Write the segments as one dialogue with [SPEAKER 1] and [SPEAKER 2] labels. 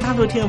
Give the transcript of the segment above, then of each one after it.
[SPEAKER 1] 大陆听众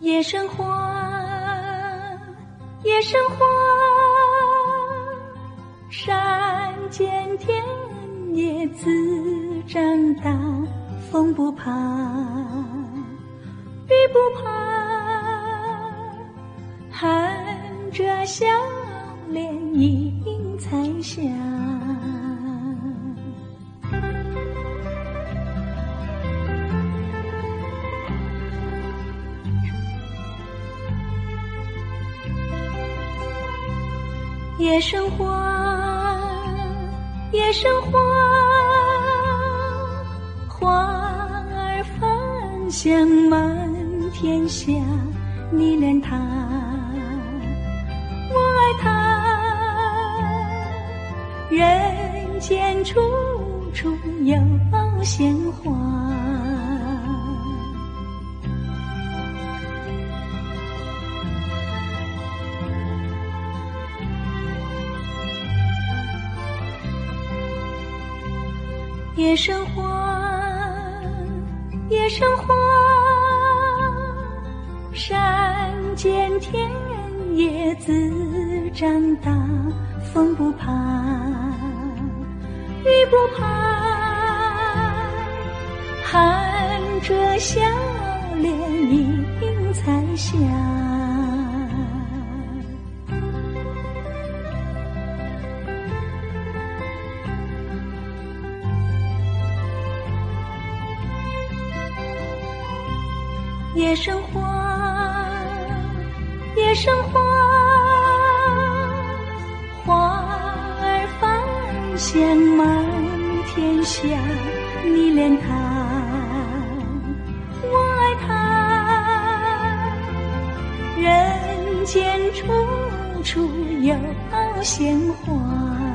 [SPEAKER 2] 夜生花，夜生花，山间田野自长大，风不怕，雨不怕，含着笑脸迎彩霞。夜生花，夜生花，花儿芳香满天下，你怜它，我爱它，人间处处有鲜花。夜生花，夜生花，山间田野滋长大，风不怕，雨不怕，含着笑脸迎彩霞。夜生花，夜生花，花儿芳香满天下，你怜它，我爱它，人间处处有鲜花。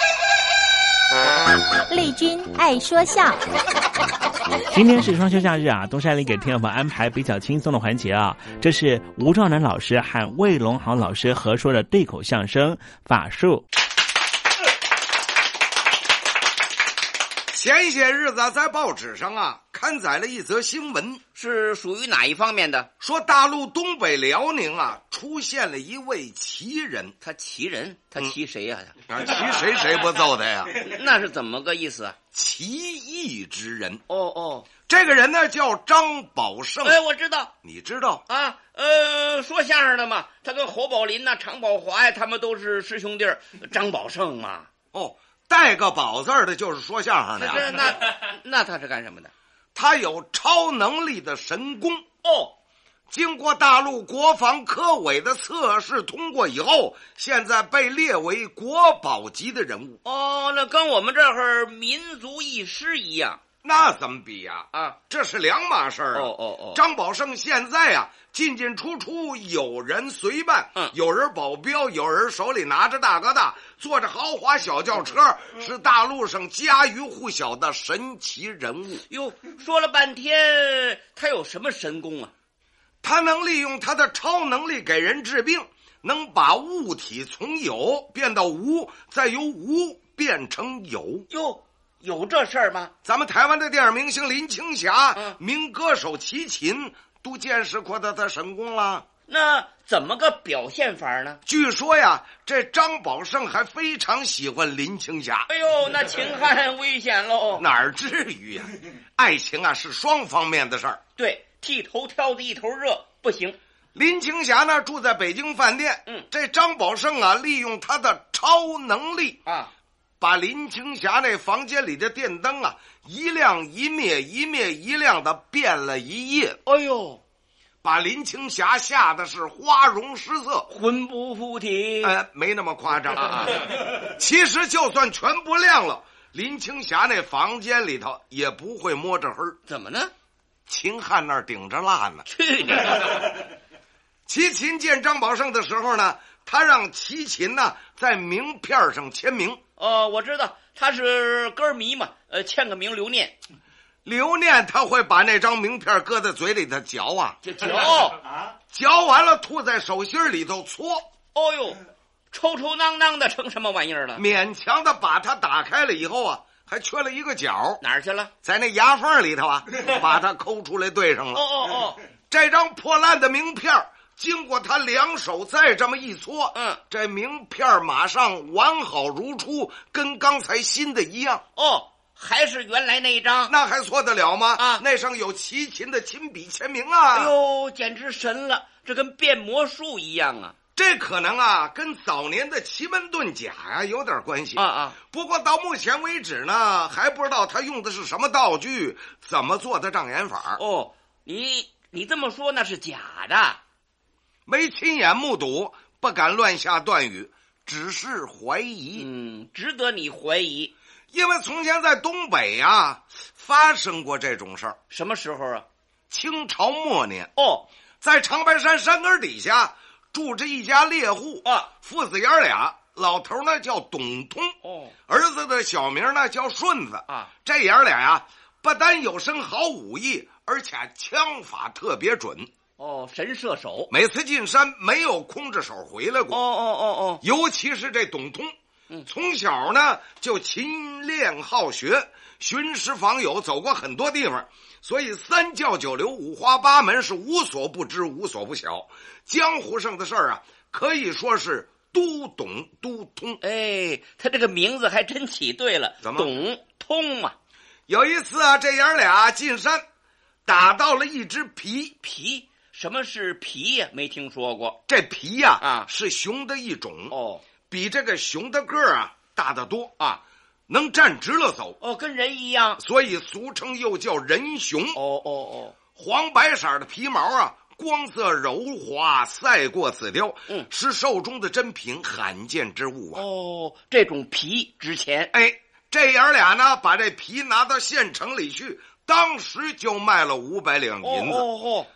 [SPEAKER 3] 丽君爱说笑，
[SPEAKER 1] 今天是双休假日啊， 东山林给听友们安排比较轻松的环节啊。这是吴兆南老师和魏龙豪老师合说的对口相声《法术》。
[SPEAKER 4] 前些日子在报纸上啊刊载了一则新闻，
[SPEAKER 5] 是属于哪一方面的？
[SPEAKER 4] 说大陆东北辽宁啊出现了一位奇人
[SPEAKER 5] 他骑人，他骑谁呀、
[SPEAKER 4] 嗯啊，骑谁谁不揍他 呀？
[SPEAKER 5] 那是怎么个意思啊？
[SPEAKER 4] 奇异之人，
[SPEAKER 5] 哦哦，
[SPEAKER 4] 这个人呢叫张宝胜，
[SPEAKER 5] 哎，我知道
[SPEAKER 4] 你知道？
[SPEAKER 5] 啊，呃，说相声的嘛，他跟侯宝林呐、常宝华呀，他们都是师兄弟儿张宝胜嘛，
[SPEAKER 4] 哦，带个宝字儿的就是说相声的
[SPEAKER 5] 那这
[SPEAKER 4] 呀，
[SPEAKER 5] 那那他是干什么的？
[SPEAKER 4] 他有超能力的神功。
[SPEAKER 5] 哦，
[SPEAKER 4] 经过大陆国防科委的测试通过以后，现在被列为国宝级的人物，
[SPEAKER 5] 哦，那跟我们这儿民族义师一样
[SPEAKER 4] 那怎么比呀、
[SPEAKER 5] 啊。
[SPEAKER 4] 这是两码事儿啊！
[SPEAKER 5] 哦哦哦
[SPEAKER 4] 张宝胜现在啊，进进出出，有人随办，
[SPEAKER 5] 嗯
[SPEAKER 4] 有人保镖，有人手里拿着大哥大，坐着豪华小轿车，是大陆上家喻户晓的神奇人物。
[SPEAKER 5] 哟，说了半天，他有什么神功啊？
[SPEAKER 4] 他能利用他的超能力给人治病，能把物体从有变到无，再由无变成有。
[SPEAKER 5] 哟，有这事儿吗？
[SPEAKER 4] 咱们台湾的电影明星林青霞、
[SPEAKER 5] 嗯
[SPEAKER 4] 民歌手齐秦都见识过他的神功了。
[SPEAKER 5] 那怎么个表现法呢？
[SPEAKER 4] 据说呀，这张宝胜还非常喜欢林青霞，
[SPEAKER 5] 哎呦，那秦汉危险喽！
[SPEAKER 4] 哪儿至于呀、爱情啊是双方面的事儿。
[SPEAKER 5] 对，剃头挑子一头热，不行。
[SPEAKER 4] 林青霞呢住在北京饭店，
[SPEAKER 5] 嗯
[SPEAKER 4] 这张宝胜啊利用他的超能力
[SPEAKER 5] 啊，
[SPEAKER 4] 把林青霞那房间里的电灯啊，一亮一灭，一灭一亮的变了一夜。
[SPEAKER 5] 哎呦，
[SPEAKER 6] 把林青霞吓得是花容失色、
[SPEAKER 5] 魂不附体。
[SPEAKER 6] 呃，没那么夸张 啊。其实就算全不亮了，林青霞那房间里头也不会摸着黑。
[SPEAKER 5] 怎么呢？
[SPEAKER 6] 秦汉那儿顶着蜡呢。
[SPEAKER 5] 去你的！
[SPEAKER 6] 齐秦见张宝胜的时候呢，他让齐秦呢在名片上签名。
[SPEAKER 5] 哦，我知道他是歌迷嘛，呃，签个名留念。
[SPEAKER 6] 留念他会把那张名片搁在嘴里头嚼啊，
[SPEAKER 5] 这嚼啊，
[SPEAKER 6] 嚼完了吐在手心里头搓，
[SPEAKER 5] 哦呦，抽抽囊囊的成什么玩意儿了？
[SPEAKER 6] 勉强的把它打开了以后啊，还缺了一个角，
[SPEAKER 5] 哪儿去了？
[SPEAKER 6] 在那牙缝里头 啊，把它抠出来对上了。
[SPEAKER 5] 哦哦哦，
[SPEAKER 6] 这张破烂的名片经过他两手再这么一搓，
[SPEAKER 5] 嗯，
[SPEAKER 6] 这名片马上完好如初，跟刚才新的一样。
[SPEAKER 5] 哦。还是原来那一张，
[SPEAKER 6] 那还错得了吗？
[SPEAKER 5] 啊，
[SPEAKER 6] 那上有齐秦的亲笔签名啊！
[SPEAKER 5] 哎呦，简直神了，这跟变魔术一样啊！
[SPEAKER 6] 这可能啊，跟早年的奇门遁甲啊有点关系
[SPEAKER 5] 啊啊！
[SPEAKER 6] 不过到目前为止呢，还不知道他用的是什么道具，怎么做的障眼法。
[SPEAKER 5] 哦，你你这么说那是假的，
[SPEAKER 6] 没亲眼目睹，不敢乱下断语，只是怀疑。
[SPEAKER 5] 嗯，值得你怀疑。
[SPEAKER 6] 因为从前在东北啊发生过这种事儿，
[SPEAKER 5] 什么时候啊？
[SPEAKER 6] 清朝末年
[SPEAKER 5] 哦，
[SPEAKER 6] 在长白山山根底下住着一家猎户
[SPEAKER 5] 啊，
[SPEAKER 6] 父子爷儿俩，老头呢叫董通，
[SPEAKER 5] 哦，
[SPEAKER 6] 儿子的小名呢叫顺子
[SPEAKER 5] 啊。
[SPEAKER 6] 这爷儿俩呀、不单有身好武艺，而且枪法特别准，
[SPEAKER 5] 哦，神射手。
[SPEAKER 6] 每次进山没有空着手回来
[SPEAKER 5] 哦
[SPEAKER 6] 过。
[SPEAKER 5] 哦哦哦，
[SPEAKER 6] 尤其是这董通，从小呢就勤练好学，寻师访友，走过很多地方，所以三教九流、五花八门是无所不知、无所不晓。江湖上的事儿啊，可以说是都懂都通。
[SPEAKER 5] 哎，他这个名字还真起对了，
[SPEAKER 6] 怎么
[SPEAKER 5] 懂通嘛？
[SPEAKER 6] 有一次啊，这爷儿俩进山，打到了一只皮。
[SPEAKER 5] 皮，什么是皮呀、没听说过。
[SPEAKER 6] 这皮呀、
[SPEAKER 5] 啊
[SPEAKER 6] 是熊的一种，
[SPEAKER 5] 哦
[SPEAKER 6] 比这个熊的个儿啊大得多啊，能站直了走，
[SPEAKER 5] 哦，跟人一样。
[SPEAKER 6] 所以俗称又叫人熊。
[SPEAKER 5] 哦哦哦，
[SPEAKER 6] 黄白色的皮毛啊，光泽柔滑，赛过紫貂，
[SPEAKER 5] 嗯
[SPEAKER 6] 是兽中的珍品，罕见之物啊。
[SPEAKER 5] 哦，这种皮值钱。
[SPEAKER 6] 哎，这爷儿俩呢，把这皮拿到县城里去，当时就卖了五百两
[SPEAKER 5] 哦
[SPEAKER 6] 银子，
[SPEAKER 5] 哦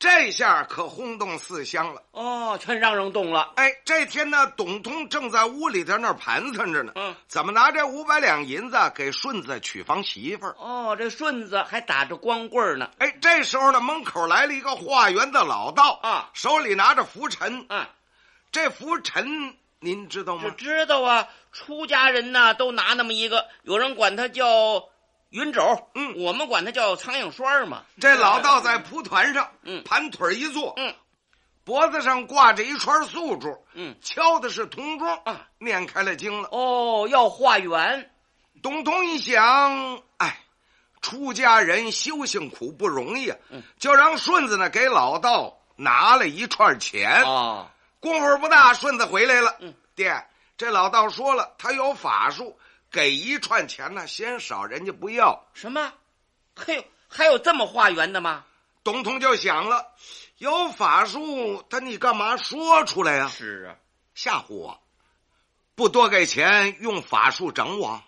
[SPEAKER 6] 这下可轰动四乡了。
[SPEAKER 5] 哦哦，全让人动了。
[SPEAKER 6] 哎，这天呢，董通正在屋里头那儿盘算着呢，
[SPEAKER 5] 嗯，
[SPEAKER 6] 怎么拿这五百两银子啊给顺子娶房媳妇儿？
[SPEAKER 5] 哦，这顺子还打着光棍儿呢。
[SPEAKER 6] 哎，这时候呢，门口来了一个化缘的老道
[SPEAKER 5] 啊
[SPEAKER 6] 手里拿着拂尘，
[SPEAKER 5] 啊，
[SPEAKER 6] 这拂尘您知道
[SPEAKER 5] 只
[SPEAKER 6] 吗？
[SPEAKER 5] 知道啊，出家人呐、都拿那么一个，有人管它叫云肘，
[SPEAKER 6] 嗯
[SPEAKER 5] 我们管它叫苍蝇栓儿嘛。
[SPEAKER 6] 这老道在蒲团上，
[SPEAKER 5] 嗯
[SPEAKER 6] 盘腿一坐，
[SPEAKER 5] 嗯，
[SPEAKER 6] 脖子上挂着一串素珠，
[SPEAKER 5] 嗯
[SPEAKER 6] 敲的是铜钟
[SPEAKER 5] 啊，
[SPEAKER 6] 念开了经了。
[SPEAKER 5] 哦，要化缘，
[SPEAKER 6] 董通一想，哎，出家人修行苦不容易啊，
[SPEAKER 5] 嗯
[SPEAKER 6] 就让顺子呢给老道拿了一串钱。
[SPEAKER 5] 啊，嗯
[SPEAKER 6] 功夫不大，顺子回来了，爹，这老道说了，他有法术，给一串钱呢，嫌少，人家不要。
[SPEAKER 5] 什么？嘿呦，还有这么化缘的吗？
[SPEAKER 6] 董通就想了，有法术，他你干嘛说出来呀、
[SPEAKER 5] 是啊，
[SPEAKER 6] 吓唬我，不多给钱，用法术整我。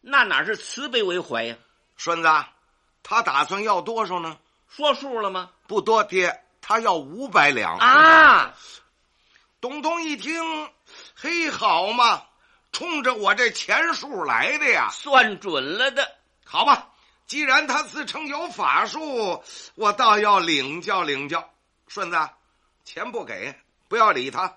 [SPEAKER 5] 那哪是慈悲为怀呀、
[SPEAKER 6] 顺子，他打算要多少呢？
[SPEAKER 5] 说数了吗？
[SPEAKER 6] 不多，爹，他要五百两。
[SPEAKER 5] 啊，
[SPEAKER 6] 董通一听，嘿，好嘛，冲着我这钱数来的呀。
[SPEAKER 5] 算准了的。
[SPEAKER 6] 好吧，既然他自称有法术，我倒要领教领教。顺子，钱不给，不要理他，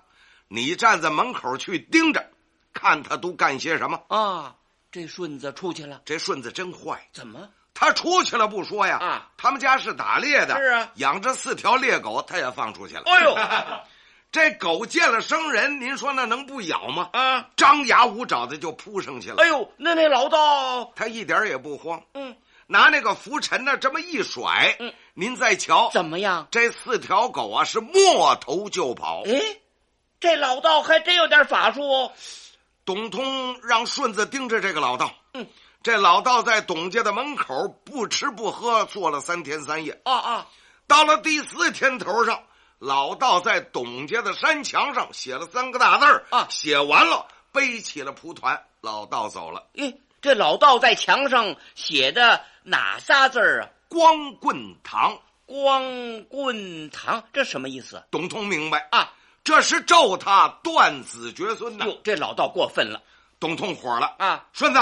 [SPEAKER 6] 你站在门口去盯着，看他都干些什么。
[SPEAKER 5] 啊，这顺子出去了，
[SPEAKER 6] 这顺子真坏，
[SPEAKER 5] 怎么？
[SPEAKER 6] 他出去了不说呀，
[SPEAKER 5] 啊
[SPEAKER 6] 他们家是打猎的，
[SPEAKER 5] 是啊
[SPEAKER 6] 养着四条猎狗，他也放出去了。
[SPEAKER 5] 哎呦，
[SPEAKER 6] 这狗见了生人，您说那能不咬吗？
[SPEAKER 5] 啊，
[SPEAKER 6] 张牙舞爪的就扑上去了，
[SPEAKER 5] 哎呦，那那老道，
[SPEAKER 6] 他一点儿也不慌，
[SPEAKER 5] 嗯，
[SPEAKER 6] 拿那个拂尘呢这么一甩，
[SPEAKER 5] 嗯
[SPEAKER 6] 您再瞧，
[SPEAKER 5] 怎么样？
[SPEAKER 6] 这四条狗啊是摸头就跑。
[SPEAKER 5] 哎，这老道还真有点法术哦。
[SPEAKER 6] 董通让顺子盯着这个老道，
[SPEAKER 5] 嗯，
[SPEAKER 6] 这老道在董家的门口不吃不喝坐了三天三夜。
[SPEAKER 5] 啊啊，到了第四天头上，老道在董家的山墙上写了三个大字儿啊，写完了，背起了蒲团，老道走了。
[SPEAKER 6] 咦，这老道在墙上写的哪仨字儿啊？
[SPEAKER 5] 光棍堂，
[SPEAKER 6] 光棍堂，这什么意思？
[SPEAKER 5] 董通明白
[SPEAKER 6] 啊，
[SPEAKER 5] 这是咒他断子绝孙呐。
[SPEAKER 6] 哟，这老道过分了
[SPEAKER 5] 董通火了，
[SPEAKER 6] 啊！
[SPEAKER 5] 顺子，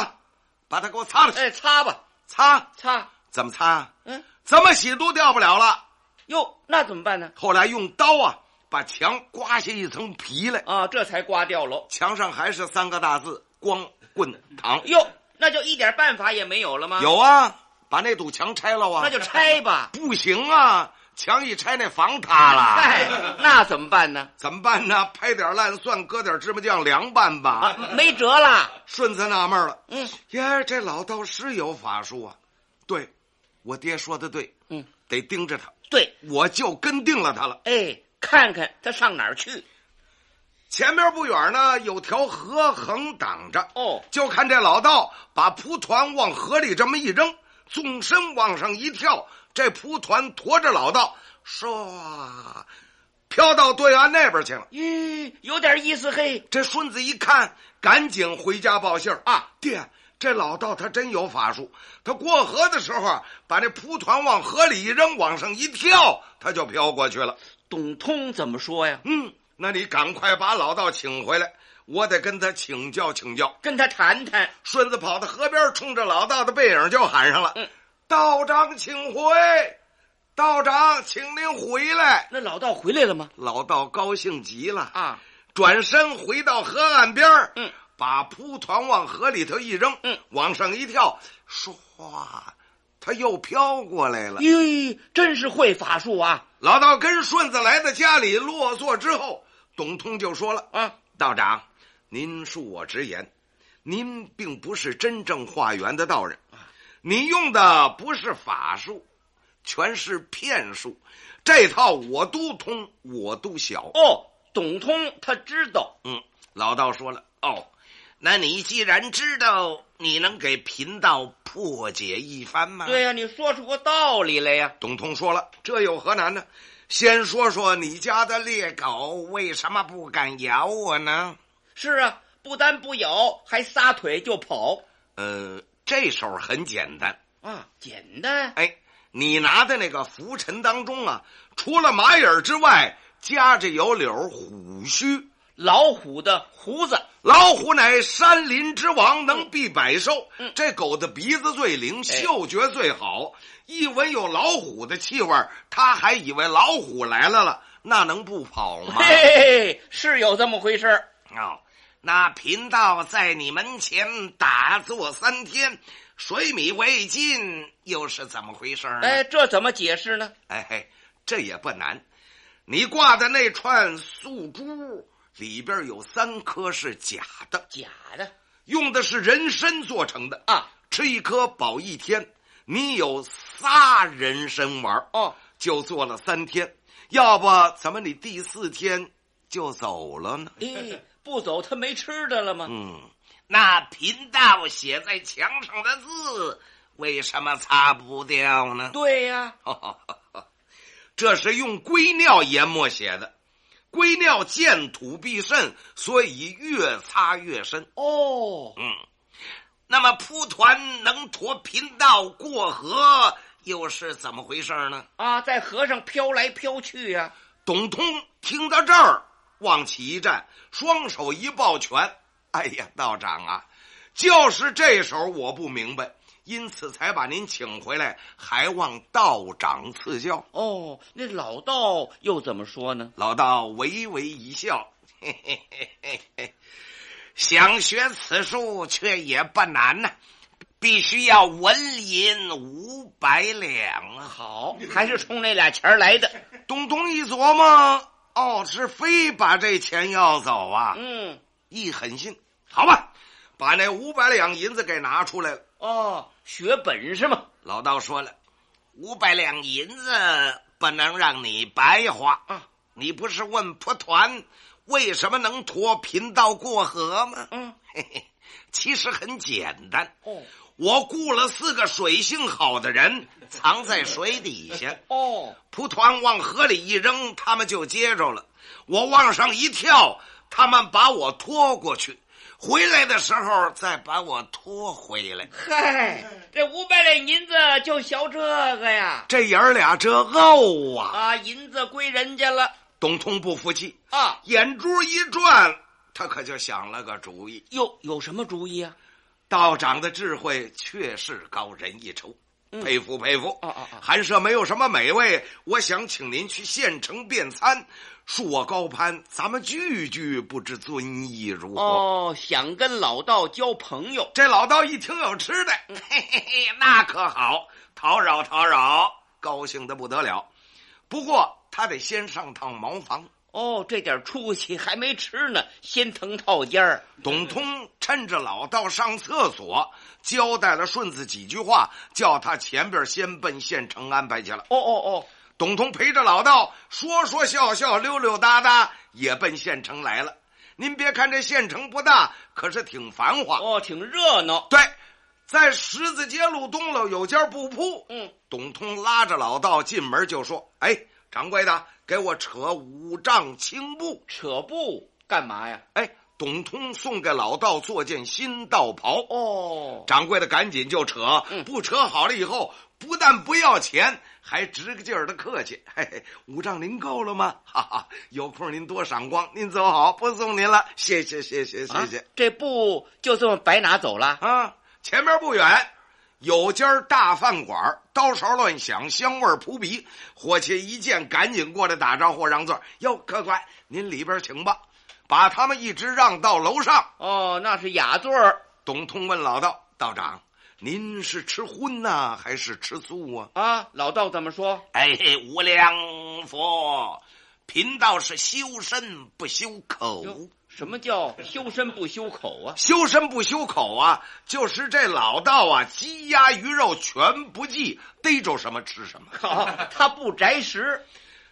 [SPEAKER 5] 把他给我擦了去，
[SPEAKER 6] 哎，擦吧，
[SPEAKER 5] 擦，
[SPEAKER 6] 擦。
[SPEAKER 5] 怎么擦？啊
[SPEAKER 6] 嗯，
[SPEAKER 5] 怎么洗都掉不了了。
[SPEAKER 6] 哟，那怎么办呢？
[SPEAKER 5] 后来用刀啊，把墙刮下一层皮来，
[SPEAKER 6] 啊，这才刮掉喽。
[SPEAKER 5] 墙上还是三个大字“光棍堂
[SPEAKER 6] 哟，那就一点办法也没有了吗”。？，
[SPEAKER 5] 有啊，把那堵墙拆了啊。
[SPEAKER 6] 那就拆吧。
[SPEAKER 5] 不行啊，墙一拆那房塌了。
[SPEAKER 6] 哎，那怎么办呢？
[SPEAKER 5] 怎么办呢？拍点烂蒜，搁点芝麻酱凉拌吧。
[SPEAKER 6] 啊，没辙了。
[SPEAKER 5] 顺子纳闷了，
[SPEAKER 6] 嗯，
[SPEAKER 5] 呀，这老道是有法术啊。对，我爹说的对，
[SPEAKER 6] 嗯，
[SPEAKER 5] 得盯着他。
[SPEAKER 6] 对，
[SPEAKER 5] 我就跟定了他了。
[SPEAKER 6] 哎，看看他上哪儿去。
[SPEAKER 5] 前边不远呢，有条河横挡着。
[SPEAKER 6] 哦
[SPEAKER 5] 就看这老道把蒲团往河里这么一扔，纵身往上一跳，这蒲团驮着老道，唰，哦飘到对岸那边去了。
[SPEAKER 6] 咦，有点意思嘿。
[SPEAKER 5] 这顺子一看，赶紧回家报信儿
[SPEAKER 6] 啊！
[SPEAKER 5] 爹，这老道他真有法术，他过河的时候啊把这蒲团往河里一扔，往上一跳，他就飘过去了。
[SPEAKER 6] 董通怎么说呀？
[SPEAKER 5] 嗯，那你赶快把老道请回来，我得跟他请教请教。
[SPEAKER 6] 跟他谈谈。
[SPEAKER 5] 顺子跑到河边，冲着老道的背影就喊上了：“
[SPEAKER 6] 嗯
[SPEAKER 5] 道长，请回！道长，请您回来！”
[SPEAKER 6] 那老道回来了吗？
[SPEAKER 5] 老道高兴极了
[SPEAKER 6] 啊，
[SPEAKER 5] 转身回到河岸边儿
[SPEAKER 6] 嗯，
[SPEAKER 5] 把蒲团往河里头一扔，
[SPEAKER 6] 嗯，
[SPEAKER 5] 往上一跳，唰，他又飘过来了。
[SPEAKER 6] 咦，真是会法术啊！
[SPEAKER 5] 老道跟顺子来到家里落座之后，董通就说了：“
[SPEAKER 6] 啊，
[SPEAKER 5] 道长，您恕我直言，您并不是真正化缘的道人，
[SPEAKER 6] 啊
[SPEAKER 5] 你用的不是法术，全是骗术。这套我都通，我都晓。”
[SPEAKER 6] 哦，董通他知道。
[SPEAKER 5] 嗯，老道说了：“哦，那你既然知道，你能给贫道破解一番吗？”
[SPEAKER 6] 对呀、你说出个道理来呀、
[SPEAKER 5] 董通说了：“这有何难呢？先说说你家的猎狗为什么不敢咬我呢？
[SPEAKER 6] 是啊，不单不咬，还撒腿就跑
[SPEAKER 5] 呃，这手很简单。
[SPEAKER 6] 啊，简单。
[SPEAKER 5] 哎，你拿的那个拂尘当中啊，除了马眼儿之外，夹着有柳、虎须。
[SPEAKER 6] 老虎的胡子，
[SPEAKER 5] 老虎乃山林之王，能避百兽。这狗的鼻子最灵，
[SPEAKER 6] 哎
[SPEAKER 5] 嗅觉最好，一闻有老虎的气味儿，它还以为老虎来了了，那能不跑
[SPEAKER 6] 啊
[SPEAKER 5] 吗？”
[SPEAKER 6] 嘿，是有这么回事儿
[SPEAKER 5] 哦，那贫道在你门前打坐三天，水米未进，又是怎么回事儿呢？
[SPEAKER 6] 哎，这怎么解释呢？
[SPEAKER 5] 哎嘿，这也不难。你挂的那串素珠里边有三颗是假的，
[SPEAKER 6] 假的
[SPEAKER 5] 用的是人参做成的，
[SPEAKER 6] 啊，
[SPEAKER 5] 吃一颗保一天。你有仨人参丸儿
[SPEAKER 6] 哦，
[SPEAKER 5] 就做了三天，要不怎么你第四天就走了呢？
[SPEAKER 6] 咦、不走他没吃的了吗？
[SPEAKER 5] 嗯，那贫道写在墙上的字为什么擦不掉呢？
[SPEAKER 6] 对呀、
[SPEAKER 5] 这是用龟尿研墨写的，龟尿见土必渗，所以越擦越深。
[SPEAKER 6] 哦，
[SPEAKER 5] 那么蒲团能驮贫道过河，又是怎么回事呢？
[SPEAKER 6] 啊，在河上飘来飘去呀、
[SPEAKER 5] 董通听到这儿，往起一站，双手一抱拳：“ 哎呀，道长啊，就是这手我不明白，因此才把您请回来，还望道长赐教。
[SPEAKER 6] 哦，那老道又怎么说呢”？
[SPEAKER 5] 老道微微一笑：“嘿嘿嘿嘿嘿，想学此术却也不难呐、必须要文银五百两啊。”
[SPEAKER 6] 好，还是冲那俩钱儿来的。
[SPEAKER 5] 董通一琢磨，哦，是非把这钱要走啊。
[SPEAKER 6] 嗯，
[SPEAKER 5] 一狠心，好吧，把那五百两银子给拿出来了。
[SPEAKER 6] 哦，学本事嘛。
[SPEAKER 5] 老道说了，五百两银子不能让你白花
[SPEAKER 6] 啊！
[SPEAKER 5] 你不是问蒲团为什么能驮贫道过河吗？
[SPEAKER 6] 嗯，
[SPEAKER 5] 嘿嘿，其实很简单。
[SPEAKER 6] 哦，
[SPEAKER 4] 我雇了四个水性好的人，藏在水底 下。
[SPEAKER 5] 哦，
[SPEAKER 4] 蒲团往河里一扔，他们就接着了。我往上一跳，他们把我拖过去，回来的时候再把我拖回来。
[SPEAKER 5] 嗨，这五百两银子就小这个呀！
[SPEAKER 4] 这爷儿俩这傲啊！
[SPEAKER 5] 啊，银子归人家了
[SPEAKER 4] 董通不服气，
[SPEAKER 5] 啊！
[SPEAKER 4] 眼珠一转，他可就想了个主意。
[SPEAKER 5] 哟，有什么主意啊？
[SPEAKER 4] 道长的智慧确是高人一筹，
[SPEAKER 2] 嗯
[SPEAKER 4] 佩服佩服。
[SPEAKER 5] 啊
[SPEAKER 2] 哦
[SPEAKER 5] 啊啊！
[SPEAKER 4] 寒舍没有什么美味，我想请您去县城便餐。恕我高攀，咱们聚聚，不知尊意如何？
[SPEAKER 5] 哦，想跟老道交朋友，嗯
[SPEAKER 4] 这老道一听有吃的，嘿嘿嘿，那可好，讨扰讨扰，高兴的不得了。不过他得先上趟茅房。
[SPEAKER 5] 哦，这点出息还没吃呢，先腾套间儿。
[SPEAKER 4] 董通趁着老道上厕所，交代了顺子几句话，叫他前边先奔县城安排去了。
[SPEAKER 5] 哦哦哦，
[SPEAKER 4] 董通陪着老道说说笑笑，溜溜达达也奔县城来了。您别看这县城不大，可是挺繁华。
[SPEAKER 5] 哦，挺热闹。
[SPEAKER 4] 对，在十字街路东了有家布铺，
[SPEAKER 5] 嗯，
[SPEAKER 4] 董通拉着老道进门就说：“哎，掌柜的，给我扯五丈青布。”
[SPEAKER 5] 扯布干嘛呀？
[SPEAKER 4] 哎，董通送给老道做件新道袍。
[SPEAKER 5] 哦，
[SPEAKER 4] 掌柜的赶紧就扯，
[SPEAKER 5] 嗯
[SPEAKER 4] 不扯好了以后，不但不要钱，还直个劲儿的客气。嘿嘿，五丈您够了吗？哈哈，有空您多赏光。您走好，不送您了，谢谢谢谢谢谢
[SPEAKER 5] 啊。这布就这么白拿走了？
[SPEAKER 4] 啊，前面不远有家大饭馆，刀勺乱响，香味儿扑鼻。伙计一见，赶紧过来打招呼让座。哟，客官，您里边请吧。把他们一直让到楼上。
[SPEAKER 5] 哦，那是雅座儿
[SPEAKER 4] 董通问老道：“道长，您是吃荤呐、还是吃素啊
[SPEAKER 5] 啊。老道怎么说？？”
[SPEAKER 4] 哎，无量佛，贫道是修身不修口
[SPEAKER 5] 哟什么叫修身不修口啊？
[SPEAKER 4] 修身不修口啊，就是这老道啊，鸡鸭鱼肉全不忌，逮着什么吃什么。
[SPEAKER 5] 好，他不宅食。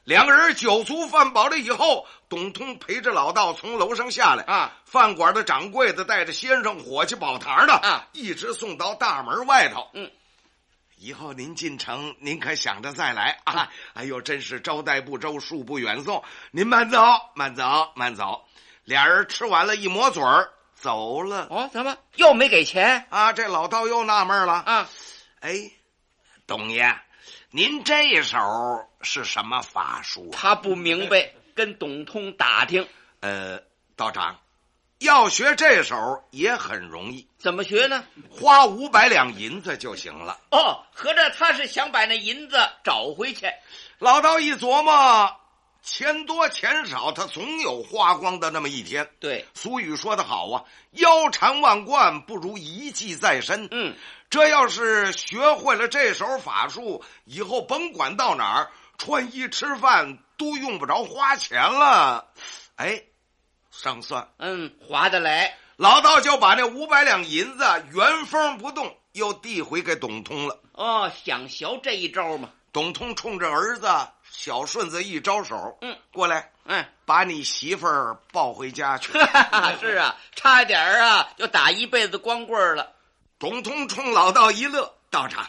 [SPEAKER 4] 两个人酒足饭饱了以后，董通陪着老道从楼上下来
[SPEAKER 5] 啊，
[SPEAKER 4] 饭馆的掌柜的带着先生、伙计、保堂的
[SPEAKER 5] 啊
[SPEAKER 4] 一直送到大门外头。
[SPEAKER 5] 嗯，
[SPEAKER 4] 以后您进城，您可想着再来啊！哎呦，真是招待不周，恕不远送。您慢走，慢走，慢走。俩人吃完了一抹嘴儿走了。
[SPEAKER 5] 哦，怎么又没给钱
[SPEAKER 4] 啊，这老道又纳闷了
[SPEAKER 5] 啊？
[SPEAKER 4] 哎，董爷，您这手是什么法术啊？
[SPEAKER 5] 他不明白，跟董通打听
[SPEAKER 4] 呃，道长，要学这手也很容易，
[SPEAKER 5] 怎么学呢？
[SPEAKER 4] 花五百两银子就行了。
[SPEAKER 5] 哦，合着他是想把那银子找回去。
[SPEAKER 4] 老道一琢磨，钱多钱少，他总有花光的那么一天。
[SPEAKER 5] 对，
[SPEAKER 4] 俗语说得好啊，腰缠万贯不如一技在身。
[SPEAKER 5] 嗯，
[SPEAKER 4] 这要是学会了这手法术，以后甭管到哪儿，穿衣吃饭都用不着花钱了。哎，上算，
[SPEAKER 5] 嗯，划得来。
[SPEAKER 4] 老道就把那五百两银子原封不动又递回给董通了。
[SPEAKER 5] 哦，想学这一招嘛？
[SPEAKER 4] 董通冲着儿子小顺子一招手，
[SPEAKER 5] 嗯，
[SPEAKER 4] 过来，
[SPEAKER 5] 哎，
[SPEAKER 4] 把你媳妇儿抱回家去。
[SPEAKER 5] 是啊，差点儿啊，就打一辈子光棍儿了。
[SPEAKER 4] 董通冲老道一乐：“道长，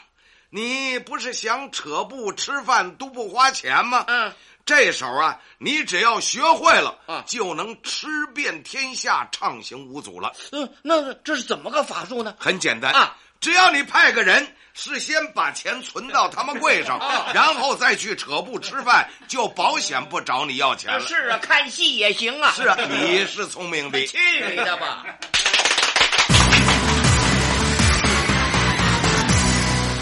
[SPEAKER 4] 你不是想扯布吃饭都不花钱吗？
[SPEAKER 5] 嗯，
[SPEAKER 4] 这手啊，你只要学会了，
[SPEAKER 5] 啊
[SPEAKER 4] 就能吃遍天下，畅行无阻了。
[SPEAKER 5] 嗯，那这是怎么个法术呢？
[SPEAKER 4] 很简单
[SPEAKER 5] 啊，
[SPEAKER 4] 只要你派个人。”事先把钱存到他们柜上，
[SPEAKER 5] 啊
[SPEAKER 4] 然后再去扯布吃饭，就保险不找你要钱了。
[SPEAKER 5] 是啊，看戏也行啊。
[SPEAKER 4] 是啊，你是聪明的。
[SPEAKER 5] 去你的吧！